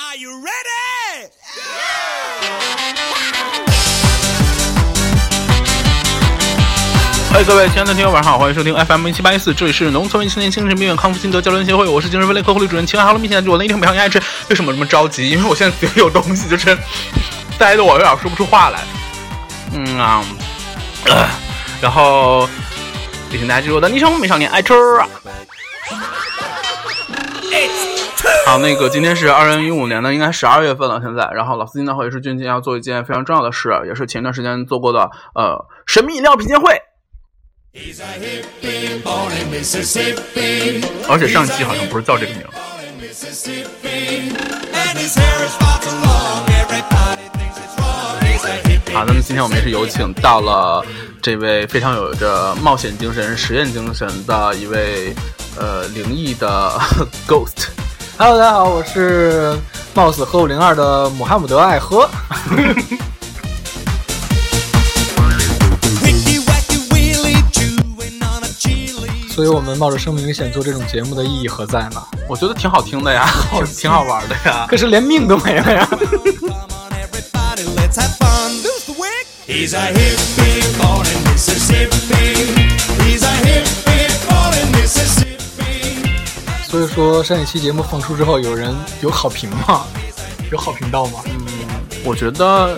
Are you ready? 哎嗨，各位亲爱的听友，晚上好，欢迎收听 FM 一七八一四，这里是农村青年精神病院康复心得交流协会，我是精神分类科护理主任秦哈喽，明显我那一天没上爱吃，为什么这么着急？因为我现在 嘴里有东西，就是呆得我有点说不出话来。嗯啊，呃然后也请大家记住我的昵称“美少年爱吃”啊。好，那个今天是二零一五年的，应该十二月份了，现在。然后老司机呢和也是最近要做一件非常重要的事，也是前一段时间做过的，呃，神秘饮料品鉴会。 He's a hippie born in Mississippi. 而且上期好像不是叫这个名儿。 Born in Mississippi. And his hair is far too long. Everybody thinks it's wrong. He's a hippie. 好，那么今天我们也是有请到了这位非常有着冒险精神、实验精神的一位呃灵异的 ghost。 Hello，大家好，我是冒死喝五零二的姆哈姆德爱喝。 Wicky wacky wheelie chewing on a chili. 所以我们冒着生命危险做这种节目的意义何在呢？我觉得挺好听的呀，挺挺好玩的呀。可是连命都没了呀！ Come on, everybody, let's have fun. Loose the wick. He's a hippie born in Mississippi. He's a hippie born in Mississippi. 所以说上一期节目放出之后，有人有好评吗？ 嗯有好评到吗？我觉得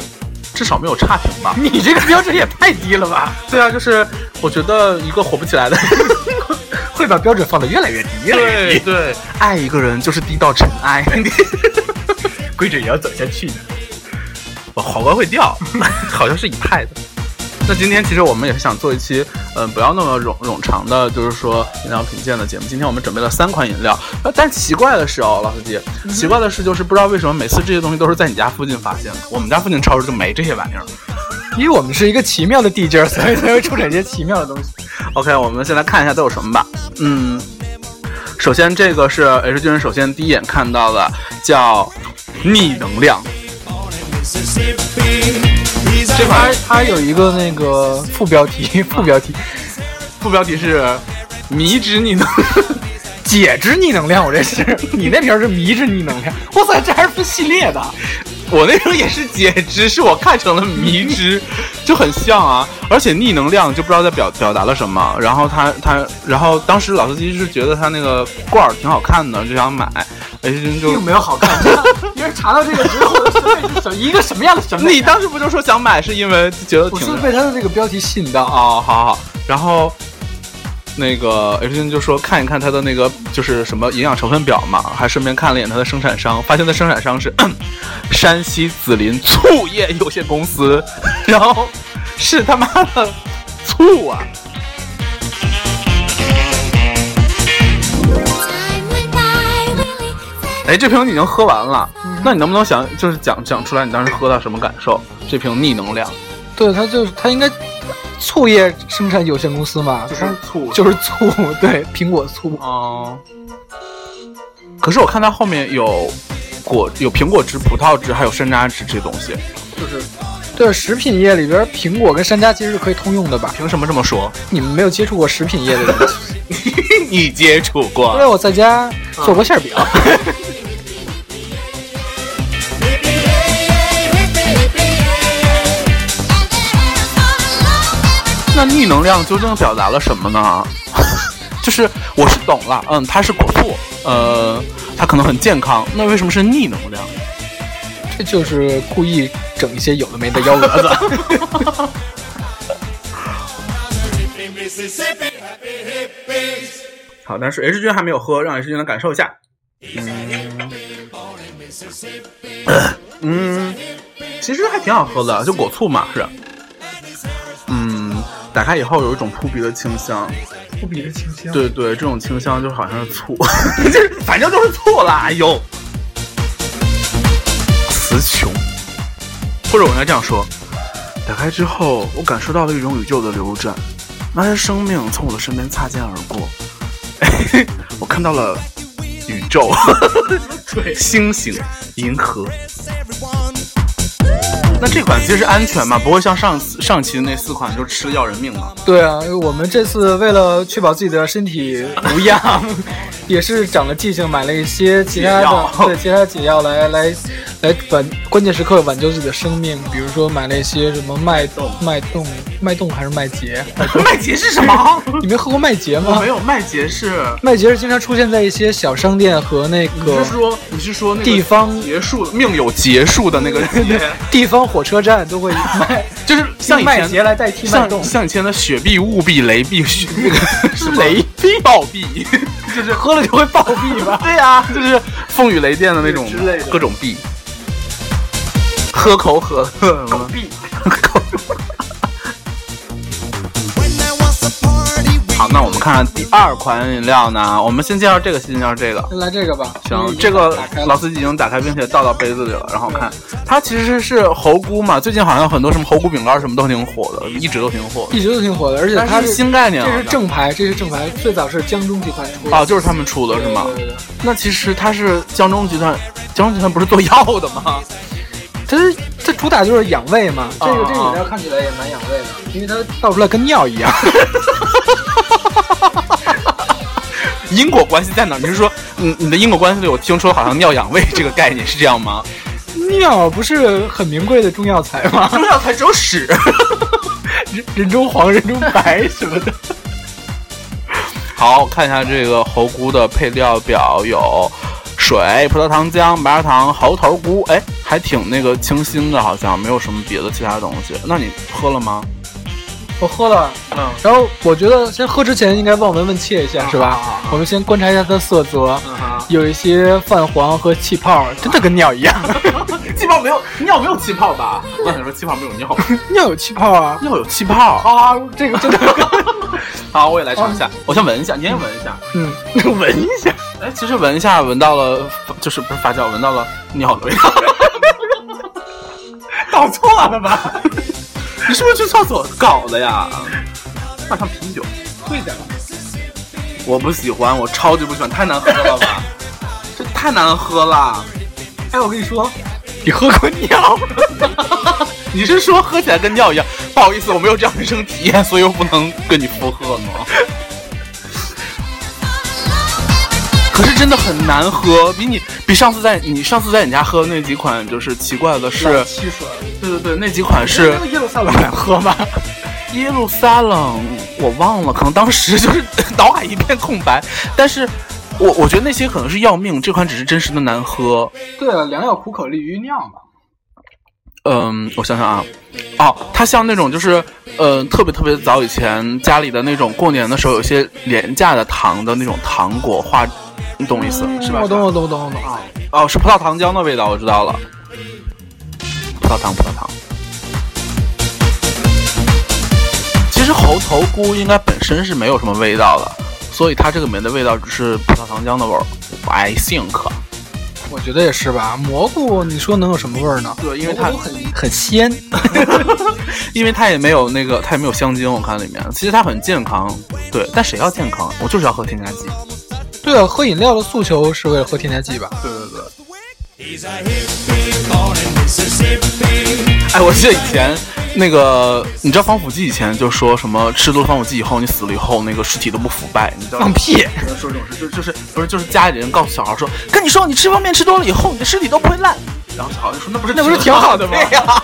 至少没有差评吧。你这个标准也太低了吧！对啊，就是我觉得一个火不起来的，会把标准放得越来越低，越来越低，对，爱一个人就是低到尘 埃，规矩也要走下去呢。我好高会掉， 好像是一派的。那今天其实我们也是想做一期，嗯、不要那么冗冗长的，就是说饮料品鉴的节目。今天我们准备了三款饮料，呃但奇怪的是哦，老司机，奇怪的是就是不知道为什么每次这些东西都是在你家附近发现的，我们家附近超市就没这些玩意儿。因为我们是一个奇妙的地界儿， 所以才会出产这些奇妙的东西。 OK，我们先来看一下都有什么吧。嗯，首先这个是 H 军人首先第一眼看到的，叫逆能量。 Born in Mississippi. He's a 这它它有一个那个副标 题，副标题副标题是迷之逆能。 解之逆能量，我这是你那瓶是迷之逆能量，哇塞，这还是分系列的，我那时候也是解之，是我看成了迷 之，就很像啊。而且逆能量就不知道在表表达了什么。然后他他，然后当时老司机是觉得他那个罐儿挺好看的，就想买。哎，就并没有好 看。真的因为查到这个之后，我的审美是什么一个什么样的审美？你当时不就说想买，是因为觉得我挺是被它的这个标题吸引到，啊哦，好好。然后那个 H 君就说看一看它的那个就是什么营养成分表嘛，还顺便看了一眼它的生产商，发现它生产商是 山西紫林醋业有限公司，然后是他妈的醋啊！ Time went by really fast. 哎，这瓶你已经喝完了，那你能不能想就是讲讲出来你当时喝到什么感受？这瓶逆能量对，它就是它应该醋业生产有限公司嘛，它醋就就是醋，对，苹果醋嗯、可是我看它后面有果有苹果汁、葡萄汁，还有山楂汁这些东西，就是。对，食品业里边苹果跟山楂其实是可以通用的吧？凭什么这么说？ 你们没有接触过食品业的 人，你接触因过？为我在家做过馅儿饼。 And then I was all alone. 那逆能量究竟表达了什么呢？ 就是我是懂了，嗯，它是果醋，呃，它可能很健康，那为什么是逆能量？这就是故意整一些有的没的幺蛾 子。 hippie Mississippi. Happy hippies. 好，但是 H 君还没有喝，让 H 君来感受一下。嗯，其实还挺好喝的，就果醋嘛，是。嗯，打开以后有一种扑鼻的清香，扑鼻的清香。对对，这种清香就好像是 醋，就是反正就是醋啦。哎呦，词穷，或者我应该这样说：打开之后，我感受到了一种宇宙的流转，那些生命从我的身边擦肩而过， 我看到了宇宙、星星、银河。那这款其实安全嘛，不会像上次上期的那四款就吃要人命嘛。 对啊，我们这次为了确保自己的身体无恙，也是长了记性，买了一些其他解药的对其他解药来来来挽关键时刻挽救自己的生命，比如说买了一些什么麦动麦动麦动还是麦杰，麦杰是什么？你没喝过麦杰我吗没？有，麦杰是。麦杰是经常出现在一些小商店和那你个是说你是说那个地方结束命有结束的那个 结，地方火车站都会卖，就是像以用前麦杰来代替麦动像，像以前的雪碧、雾碧、雷碧、雪那 个什么雷碧、暴碧， 就是喝了就会暴毙 吧？对呀、就是风雨雷电的那种啊之类的各种碧，喝口喝狗碧， When there was a party, we 好，那我们看看第二款饮料呢，我们先介绍这个，先介绍这个。先来这个吧。行，这个嗯打开了老司机已经打开并且倒到杯子里了，然后看，它其实是猴菇嘛，最近好像有很多什么猴菇饼干什么都挺火的，一直都挺火的，一直都挺火的，而且但它是新概念这嗯是了。正牌，这是正牌，最早是江中集团出的。哦，就是他们出的是吗？对对对对那其实它是江中集团，江中集团不是做药的吗？ 它是它主打就是养胃嘛，这个啊这个饮料看起来也蛮养胃的，因为它倒出来跟尿一样。因果关系在哪儿？你是说，你你的因果关系里，我听说好像尿养胃这个概念是这样 吗？尿不是很名贵的中药材吗？中药材只有 屎。人人中黄、人中 白什么的。好，看一下这个猴菇的配料表有。水、葡萄糖浆、白砂糖、猴头菇，哎，还挺那个清新的，好像没有什么别的其他东西。那你喝了吗？ 我喝了，嗯，然后我觉得先喝之前应该望闻问切一下，是吧？我们先观察一下它的色泽，嗯有一些泛黄和气泡，真的跟尿一样。 气泡没有，尿没有气泡吧？我想说气泡没有尿， 尿有气泡啊？尿有气泡。啊，这个真的跟，好，我也来尝一下，我先闻一下，你也闻一下。 嗯，闻一下。哎，其实闻一下，闻到了，就是不是发酵，闻到了尿的味道。 搞错了吧？ 你是不是去厕所搞的呀？换上啤酒，会的。我不喜欢，我超级不喜欢，太难喝了吧？ 这太难喝了。哎，我跟你说， 你喝过尿？尿？你是说喝起来跟尿一样？不好意思，我没有这样人生体验，所以我不能跟你附和呢。 可是真的很难喝，比你比上次在你上次在你家喝的那几款就是奇怪的是，汽水。对对对，那几款是那个耶路撒冷敢喝吗？耶路撒冷，我忘了，可能当时就是脑海一片空白。但是我我觉得那些可能是要命，这款只是真实的难喝。对啊，良药苦口利于尿嘛。嗯，我想想啊，哦，它像那种就是，呃，特别特别早以前家里的那种过年的时候，有些廉价的糖的那种糖果化，你嗯懂我意思是吧？嗯我懂，是吧我懂，我懂，我懂。啊，哦，是葡萄糖浆的味道，我知道了。葡萄糖，葡萄糖。其实猴头菇应该本身是没有什么味道的，所以它这个里面的味道只是葡萄糖浆的味儿。I think。我觉得也是吧。蘑菇，你说能有什么味儿呢？对因为它蘑菇很很鲜。因为它也没有那个，它也没有香精，我看里面，其实它很健康，对，但谁要健康？我就是要喝添加剂。对啊，喝饮料的诉求是为了喝添加剂吧？对对对， He's a hippie born in Mississippi. 哎，我记得以前那个，你知道防腐剂以前就说什么吃多了防腐剂以后，你死了以后那个尸体都不腐败，你知道吗？屁！说这种事，就就是不是就是家里人告诉小孩说，跟你说你吃方便面吃多了以后，你的尸体都不会烂。然后小孩就说那不是 那不是挺好的吗对呀、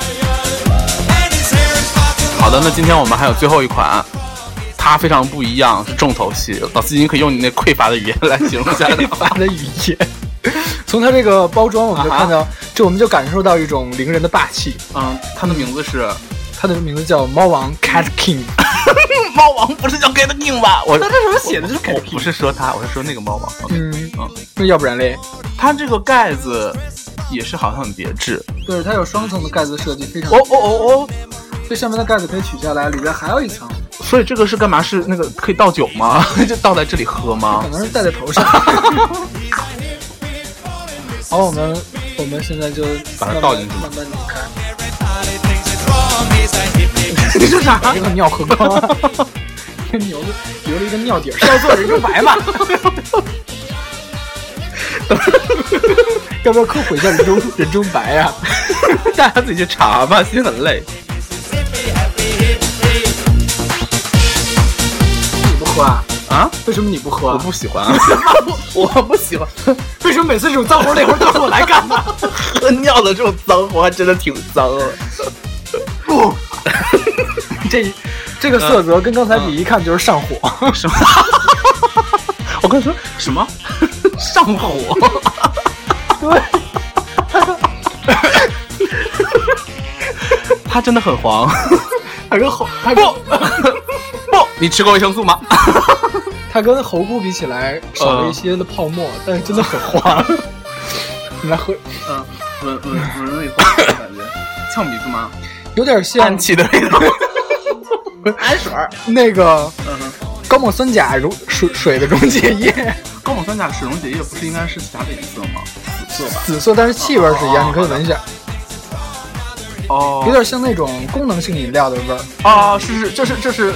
And his hair is popping 好的，那今天我们还有最后一款，它非常不一样，是重头戏。老司机，你可以用你那匮乏的语言来形容一下它。 发的语言。 啊从它这个包装，我们就看到，这我们就感受到一种凌人的霸气。 嗯，它的名字是。它的名字叫猫王 Cat King， 猫王不是叫 Get King 吧？我那这上面写的就是 Get 我 King 不是说他，我是说那个猫王。OK 嗯嗯，那要不然嘞？它这个盖子也是好像很别致。对，它有双层的盖子设计，非常哦哦哦最上面的盖子可以取下来，里边还有一层，哦，所以这个是干嘛？是那个可以倒酒吗？ 就倒在这里喝吗可？能是戴在头上。 好，我们我们现在就把它慢慢倒进去慢慢拧开。 everybody thinks it's wrong. He's a hippie. 你说 啥？给我尿喝光了，给牛子留了一个尿底儿，要做人用 白嘛。要不要科普一下人中人中白啊呀、 大家自己去查吧，心很累。 hippie, happy hippie. 你不喝啊？啊，为什么你不喝我啊？不喜欢啊， 我不喜 欢为什么每次这种脏活累活都是 我来干呢？ 喝尿的这种脏活，还真的挺脏啊的。不，这这个色泽跟刚才比，一看就是上火。什么？ 我跟你说什么？上火？对，它真的很黄。它跟猴它跟 不不，你吃过维生素吗？它跟猴菇比起来少了一些的泡沫，但是真的很 滑。你来喝，嗯，闻闻闻了以后感觉像鼻子吗？有点像氨气的味道。氨水儿，那个嗯哼，高锰酸钾溶水水的溶解液，高锰酸钾水溶解液不是应该是其他的颜色吗？紫色吧？紫色但是气味是一哦样，你可以闻一下，哦有点像那种功能性饮料的味儿。啊，是是，这是这是，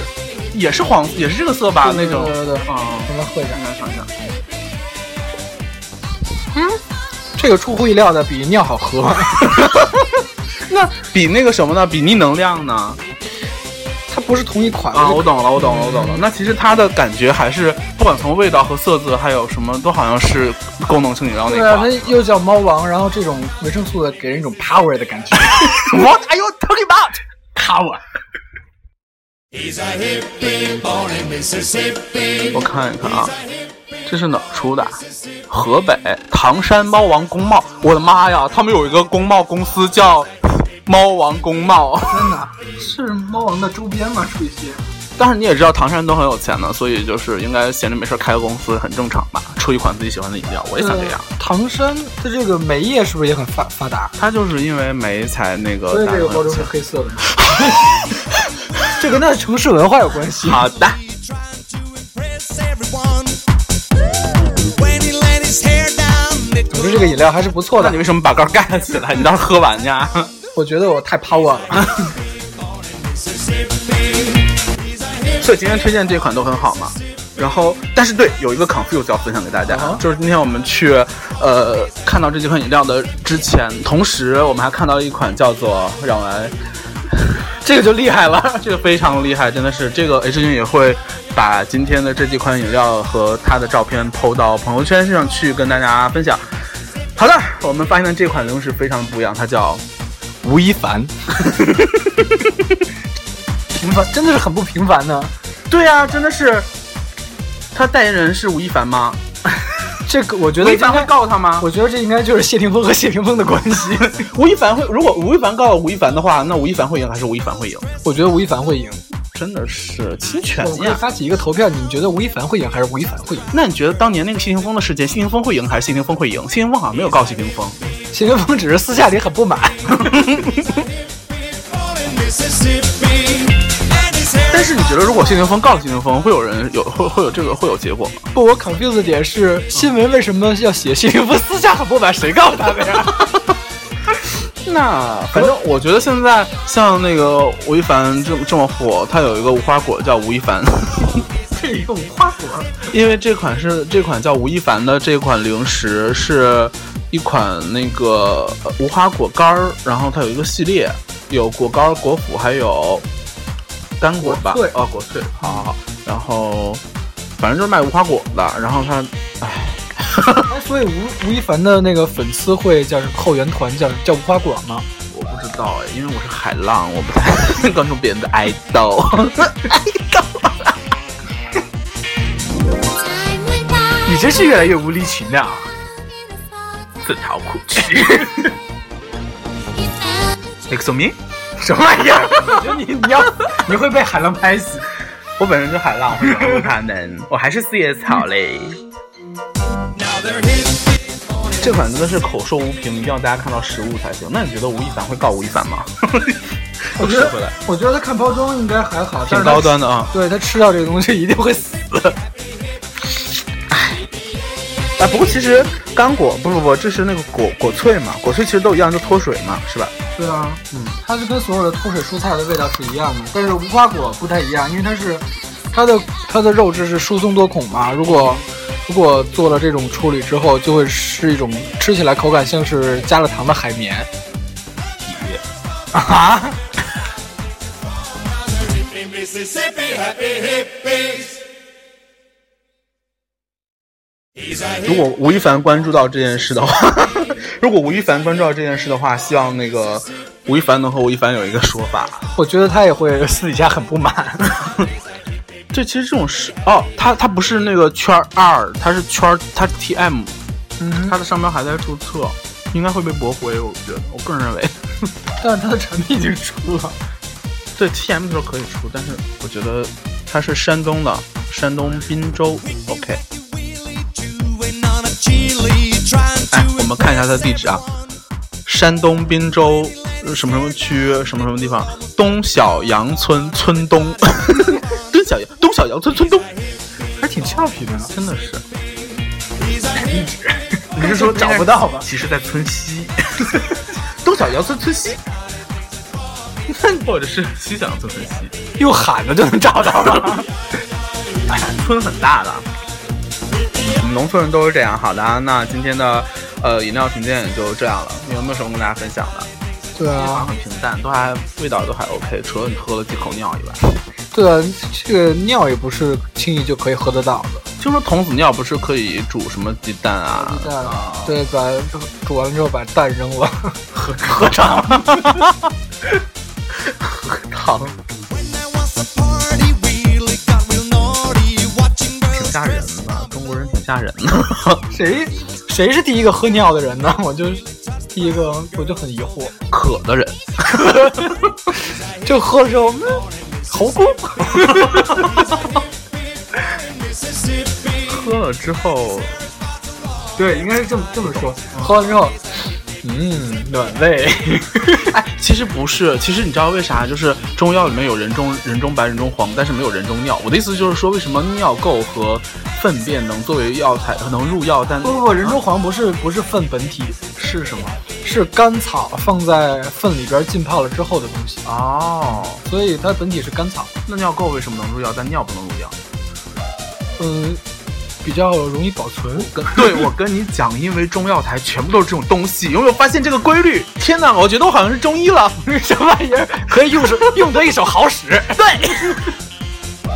也是黄，也是这个色吧？那对对种，对对对哦，我们来喝一下大，家尝一下。这个出乎意料的比尿好喝， 那比那个什么呢？比逆能量呢？它不是同一款啊，我懂了，我懂了，我懂了。那其实它的感觉还是，不管从味道和色泽，还有什么，都好像是功能性饮料那对啊，它款。又叫猫王，然后这种维生素的给人一种 power 的感觉。 What are you talking about? Power。 He's a hippie born in Mississippi. 我看一看啊，这是哪儿出的？河北唐山猫王工贸。我的妈呀，他们有一个工贸公司叫猫王工贸。 真的是猫王的周边吗？这些但是你也知道，唐山都很有钱的，所以就是应该闲着没事儿开个公司很正常吧，出一款自己喜欢的饮料，我也想这样。呃唐山的这个煤业是不是也很发发达？他就是因为煤才那个，所以这个包装是黑色的吗？ 这跟它的城市文化有关 系。好的， Trying to impress everyone. When he let his hair down, it 总之，这个饮料还是不错那的你。为什么把盖儿盖起来？你当时喝完去啊？我觉得我太 power 了。所以今天推荐这款都很好嘛。然后，但是对，有一个 confuse 要分享给大家啊就是今天我们去呃看到这几款饮料的之前，同时我们还看到一款叫做让我来， 这个就厉害了，这个非常厉害，真的是这个 H 君也会把今天的这几款饮料和它的照片 PO 到朋友圈上去跟大家分享。好的，我们发现这款零食非常不一样，它叫吴亦凡，平凡真的是很不平凡呢。对啊，真的是，他代言人是吴亦凡吗？这个我觉吴得亦应凡会该，告他吗？我觉得这应该就是谢霆锋和谢霆锋的关系。 吴亦凡会，如果吴亦凡告了吴亦凡的话，那吴亦凡会赢还是吴亦凡会赢？ 我觉得吴亦凡会赢。真的是侵权我们可以！发起一个投票，你们觉得吴亦凡会赢还是吴亦凡会赢？那你觉得当年那个谢霆锋的事件，谢霆锋会赢还是谢霆锋会赢？谢霆锋好像没有告谢霆锋。谢霆锋只是私下里很不满。 born in Mississippi. And his hair 但是你觉得，如果谢霆锋告了谢霆锋，会有人有会会有这个会有结果吗？不，我 confuse 的点是新闻为什么要写谢霆锋私下很不满？谁告诉他的呀？ 那反正我觉得现在像那个吴亦凡这么这么火，他有一个无花果叫吴亦凡。这一个无花果，因为这款是这款叫吴亦凡的这款零食是一款那个呃无花果干儿，然后它有一个系列，有果干儿、果脯，还有干果吧果脆，哦，果脆，好好好。然后反正就是卖无花果的，然后它，哎，哎，所以吴吴亦凡的那个粉丝会叫什么后援团叫叫无花果吗？我不知道哎，因为我是海浪，我不太 关注别人的爱豆，爱豆。 Time went by 真是越来越无啊理取闹。 in the fall. 自讨苦吃 You found ，Excuse me，什么玩意儿？我觉得你你要你会被海浪拍死。我本人是海浪，我不是他 们，我还是四叶草嘞。 Now they're hippie born in 这款真的是口说无凭，一定要大家看到实物才行。那你觉得吴亦凡会告吴亦凡 吗？我我觉吃得回来，我觉得他看包装应该还好，但挺是他高端的啊。对他吃到这个东西一定会死。啊，不过其实干果不不不，这是那个果果脆嘛，果脆其实都一样，就脱水嘛，是吧？ 对啊，嗯，它是跟所有的脱水蔬菜的味道是一样的，但是无花果不太一样，因为它是它的它的肉质是疏松多孔嘛，如果如果做了这种处理之后，就会是一种吃起来口感像是加了糖的海绵。啊！ Mississippi, happy hippies. 如果吴亦凡关注到这件事的话， 如果吴亦凡关注到这件事的话，希望那个吴亦凡能和吴亦凡有一个说法。我觉得他也会私底下很不满。 这其实这种事哦，他他不是那个圈二，他是圈他 TM，嗯，他的商标还在注册，应该会被驳回。我觉得，我个人认为， 但是他的产品已经出了。对 TM 的时候可以出，但是我觉得他是山东的，山东滨州。OK，哎，我们看一下他的地址啊，山东滨州呃什么什么区什么什么地方，东小杨村村东， 东小杨东小杨村村东，还挺俏皮的 呢。真的是。你是说找不到吧？其实，在村 西，东小杨村村西， 或者是西小杨村村 西，用喊的就能找到吗？哎呀，村很大的。我们嗯农村人都是这样。好的啊，那今天的呃饮料评鉴也就这样了。你有没有什么跟大家分享的？对好像啊，很平淡，都还味道都还 OK，除了你喝了几口尿以外。对啊，这个尿也不是轻易就可以喝得到的。 听说童子尿不是可以煮什么鸡蛋啊？蛋，对，把煮完了之后把蛋扔了。喝汤， 喝汤。挺吓人的，中国人挺吓人的。谁谁是第一个喝尿的人呢？ 我就第一个，我就很疑惑。 渴的人，就喝的时候，嗯，侯 公，喝了之后，对，应该是这么这么说。喝完之后，嗯，暖胃。 哎，其实不是，其实你知道为啥？就是中药里面有人中人中白、人中黄，但是没有人中尿。我的意思就是说，为什么尿垢和粪便能作为药材能入药，但不不不，人中黄不是不是粪本体，是什么？是甘草放在粪里边浸泡了之后的东西，哦，所以它本体是甘草。那尿垢为什么能入药，但尿不能入药？嗯，比较容易保存。跟 对我跟你讲，因为中药材全部都是这种东西，有没有发现这个规律？天哪，我觉得我好像是中医了， 什么玩意儿？可以用手用得一手 好使。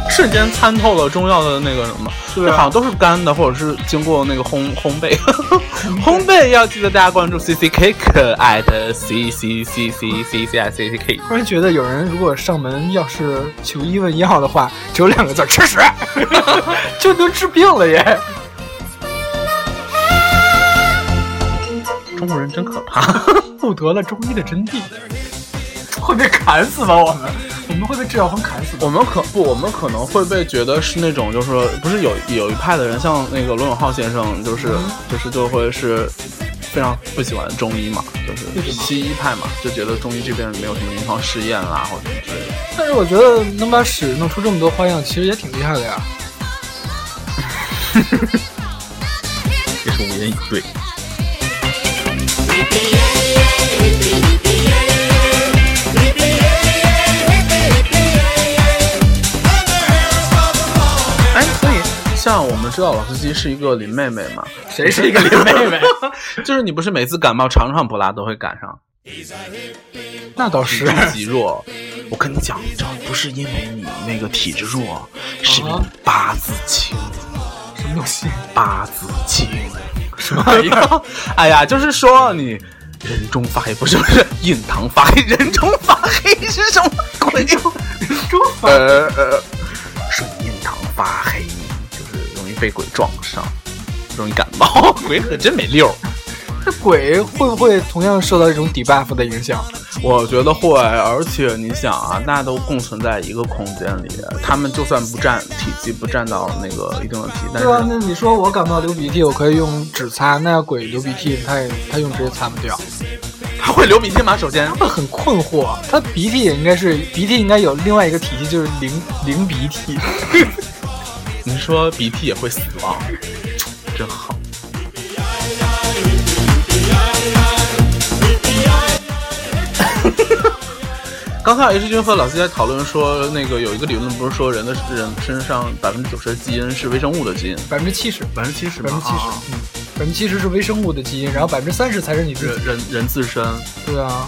瞬间参透了中药的那个什么，对啊好像都是干的，或者是经过那个烘烘焙， 烘焙要记得大家关注 C C K 可爱的 C C C C C C I C C K。突然觉得有人如果上门要是求医问药的话，只有两个字儿：吃屎， 就能治病了耶。中国人真可 怕，悟得了中医的真谛，会被砍死吧？我们我们会被治疗方砍死吧？我们可不，我们可能会被觉得是那种，就是说，不是有有一派的人，像那个罗永浩先生，就是就是就会是非常不喜欢中医嘛，就是西医派嘛，就觉得中医这边没有什么临床试验啊啦，或者之类的。但是我觉得能把屎弄出这么多花样，其实也挺厉害的呀。也是无言以对。哎，所以像我们知道老司机是一个林妹妹嘛，谁是一个林妹 妹？就是你不是每次感冒长上普拉都会赶上，那倒体是，质极弱。我跟你讲，你知道不是因为你那个体质弱，是因为你八字轻，什么东西？八字轻。什么玩意儿？哎呀，就是说你人中发黑，不是不是印堂发黑，人中发黑是什么鬼？中法呃呃，说你印堂发黑，就是容易被鬼撞上，容易感冒。鬼可真没溜儿。这鬼会不会同样受到这种 debuff 的影响？我觉得会，而且你想啊，大家都共存在一个空间里，他们就算不占体积，不占到那个一定的体，但对啊，是那你说我感冒流鼻涕，我可以用纸擦，那鬼流鼻涕，他也他用纸也擦不掉，他会流鼻涕吗？首先，他很困惑。他鼻涕也应该是鼻涕，应该有另外一个体系，就是灵灵鼻 涕。你说鼻涕也会死亡，真好。 刚才 H 君和老 C 在讨论说，那个有一个理论，不是说人的人身上百分之九十的基因是微生物的基因，百分之七十，百分之七十百分之七十，嗯，百分之七十是微生物的基因，然后百分之三十才是你自己。 人人人自身。对啊，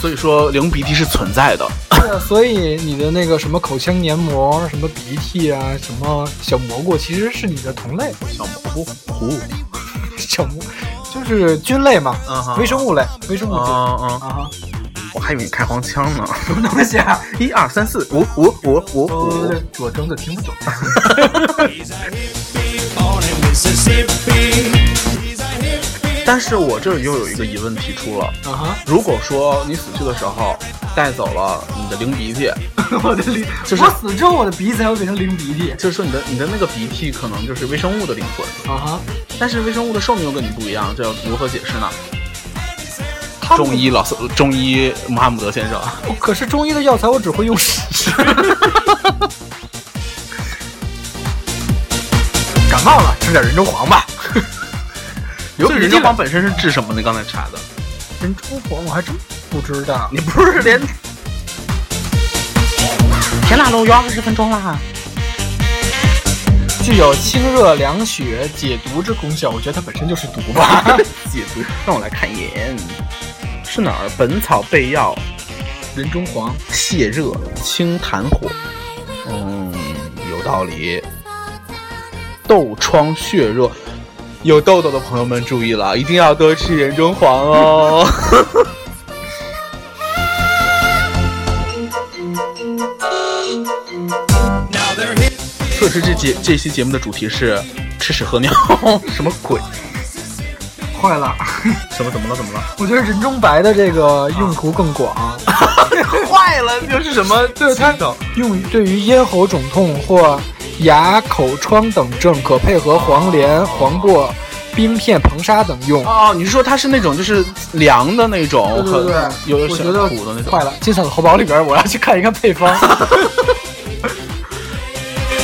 所以说流鼻涕是存在的。对啊，所以你的那个什么口腔黏膜、什么鼻涕啊、什么小蘑菇，其实是你的同类，小蘑菇，小蘑就是菌类嘛，嗯哼微生物类，微生物菌啊嗯嗯，哈，我还以为你开黄腔呢。什么东西啊？ 一二三四五五五五五，我我真的听不懂。 He's a hippie born in Mississippi. He's a hippie. 但是我这儿又有一个疑问提出了。啊哈，如果说你死去的时候带走了你的灵鼻涕， 我的鼻，就是我死之后我的鼻子还会变成零鼻涕。就是说你的你的那个鼻涕可能就是微生物的灵魂，啊哈，但是微生物的寿命又跟你不一样，这要如何解释呢？他们中医老师，中医穆罕默德先生， 可是中医的药材我只会用屎。感冒了，吃点人中黄 吧。有就是人这中个黄本身是治什么的？刚才查的，人中黄我还真不知道。你不是 连铁打路有二十分钟啦？具有清热凉血、解毒之功效，我觉得它本身就是毒吧。 解毒，让我来看一眼，是哪儿？《本草备药》人中黄，泻热清痰火，嗯，有道理。痘疮血热，有痘痘的朋友们注意了，一定要多吃人中黄哦。 Now they're hip. 测试这节这期节目的主题是吃屎喝尿， 什么鬼？坏了，什么怎么了？怎么了？ 我觉得人中白的这个用途更广。 坏了，又是什么？对它用于对于咽喉肿痛或牙口疮等症，可配合黄连、黄柏、冰片、硼砂等 用。哦，你是说它是那种就是凉的那种，对对对很，有我小觉得苦的那种坏。了，金嗓子喉宝里边，我要去看一看配方。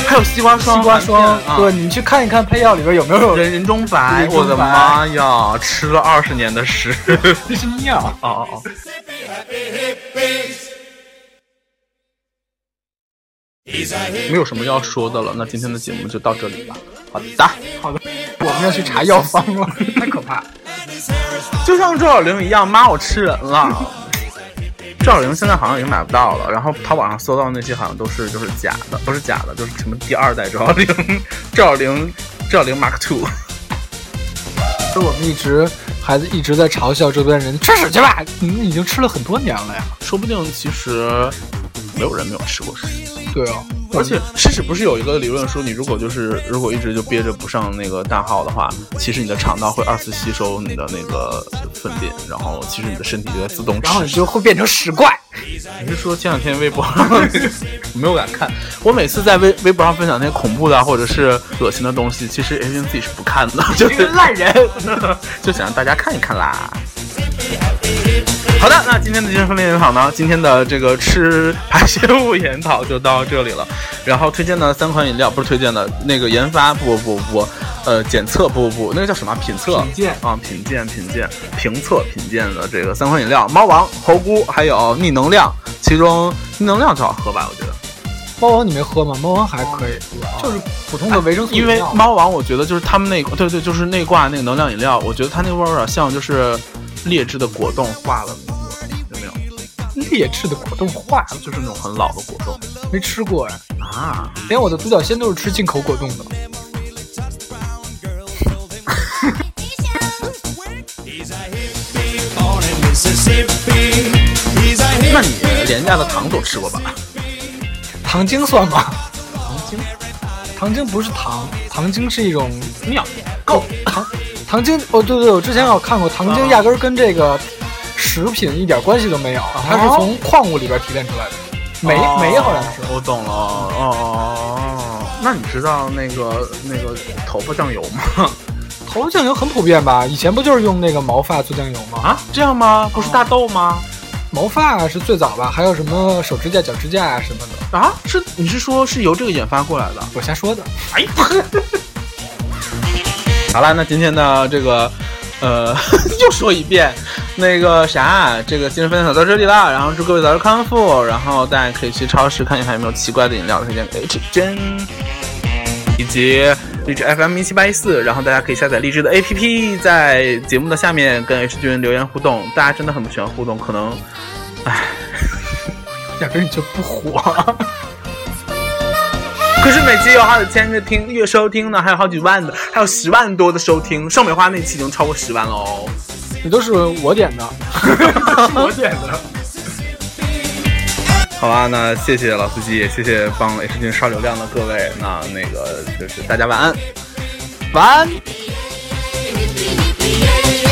还有西瓜霜， 西瓜霜含片，啊对，你们去看一看配药里边有没 有人人中白，人中我的白妈呀，吃了二十年的屎。 这是尿。哦哦哦。没有什么要说的了，那今天的节目就到这里吧。好的，好的，我们要去查药方了， 太可怕。就像赵小玲一样，妈，我吃人了。 赵小玲现在好像已经买不到了，然后淘宝上搜到那些好像都是就是假的，不是假的，就是什么第二代赵小玲， 赵小玲，赵小玲 Mark Two。所以我们一直孩子一直在嘲笑这边人吃屎去吧，你们已经吃了很多年了呀。说不定其实没有人没有吃过屎，对哦，而且吃屎不是有一个理论说，你如果就是如果一直就憋着不上那个大号的话，其实你的肠道会二次吸收你的那个粪便，然后其实你的身体就在自动然后你吃。就会变成屎怪。你是说前两天微博上 没有敢看？我每次在微微博上分享那些恐怖的啊或者是恶心的东西，其实 A P 自己是不看的， 就是烂人，就想让大家看一看啦。好的，那今天的精神分裂研讨呢，今天的这个吃排泄物研讨就到这里了。然后推荐的三款饮料不是推荐的，那个研发不不不不，呃，检测不不不，那个叫什么品测？品鉴啊，品鉴品鉴评测品鉴的这个三款饮料，猫王、猴菇还有逆能量，其中逆能量最好喝吧，我觉得。猫王你没喝吗？猫王还可以，就是普通的维生素饮哎因料。为猫王，我觉得就是他们那对对，就是内挂那个能量饮料，我觉得它那味儿有点像就是劣质的果冻化了那个味儿，有没有？劣质的果冻化了，就是那种很老的果冻没吃过哎，啊。连我的独角仙都是吃进口果冻的。 He's a hippie born in Mississippi. He's a 那你 hippie. 廉价的糖都吃过吧？糖精算吗？糖精，糖精不是糖，糖精是一种尿够哦糖。糖精哦，对对，我之前有看过，糖精压根儿跟这个食品一点关系都没有，哦它是从矿物里边提炼出来的。煤煤好像是，我懂了哦。那你知道那个那个头发酱油吗？头酱油很普遍吧？以前不就是用那个毛发做酱油吗？啊，这样吗？不是大豆吗？毛发是最早吧，还有什么手指甲、脚指甲啊什么的，啊，是你是说是由这个研发过来的？我瞎说 的。哎呀， 好了，那今天的这个，呃， 又说一遍，那个啥，这个精神分享到这里了。然后祝各位早日康复，然后大家可以去超市看一看有没有奇怪的饮料推荐给 H 真，以及荔枝 FM 一七八一四，然后大家可以下载荔枝的 APP，在节目的下面跟 H 君留言互动。大家真的很不喜欢互动，可能压根儿就不火。可是每期有好几千个听月收听呢，还有好几万的，还有十万多的收听。盛美花那期已经超过十万了哦。 你都是我点的， 我点的。 好吧，那谢谢老司机，也谢谢帮 H 君刷流量的各位。那那个就是大家晚安。晚安。 Yeah.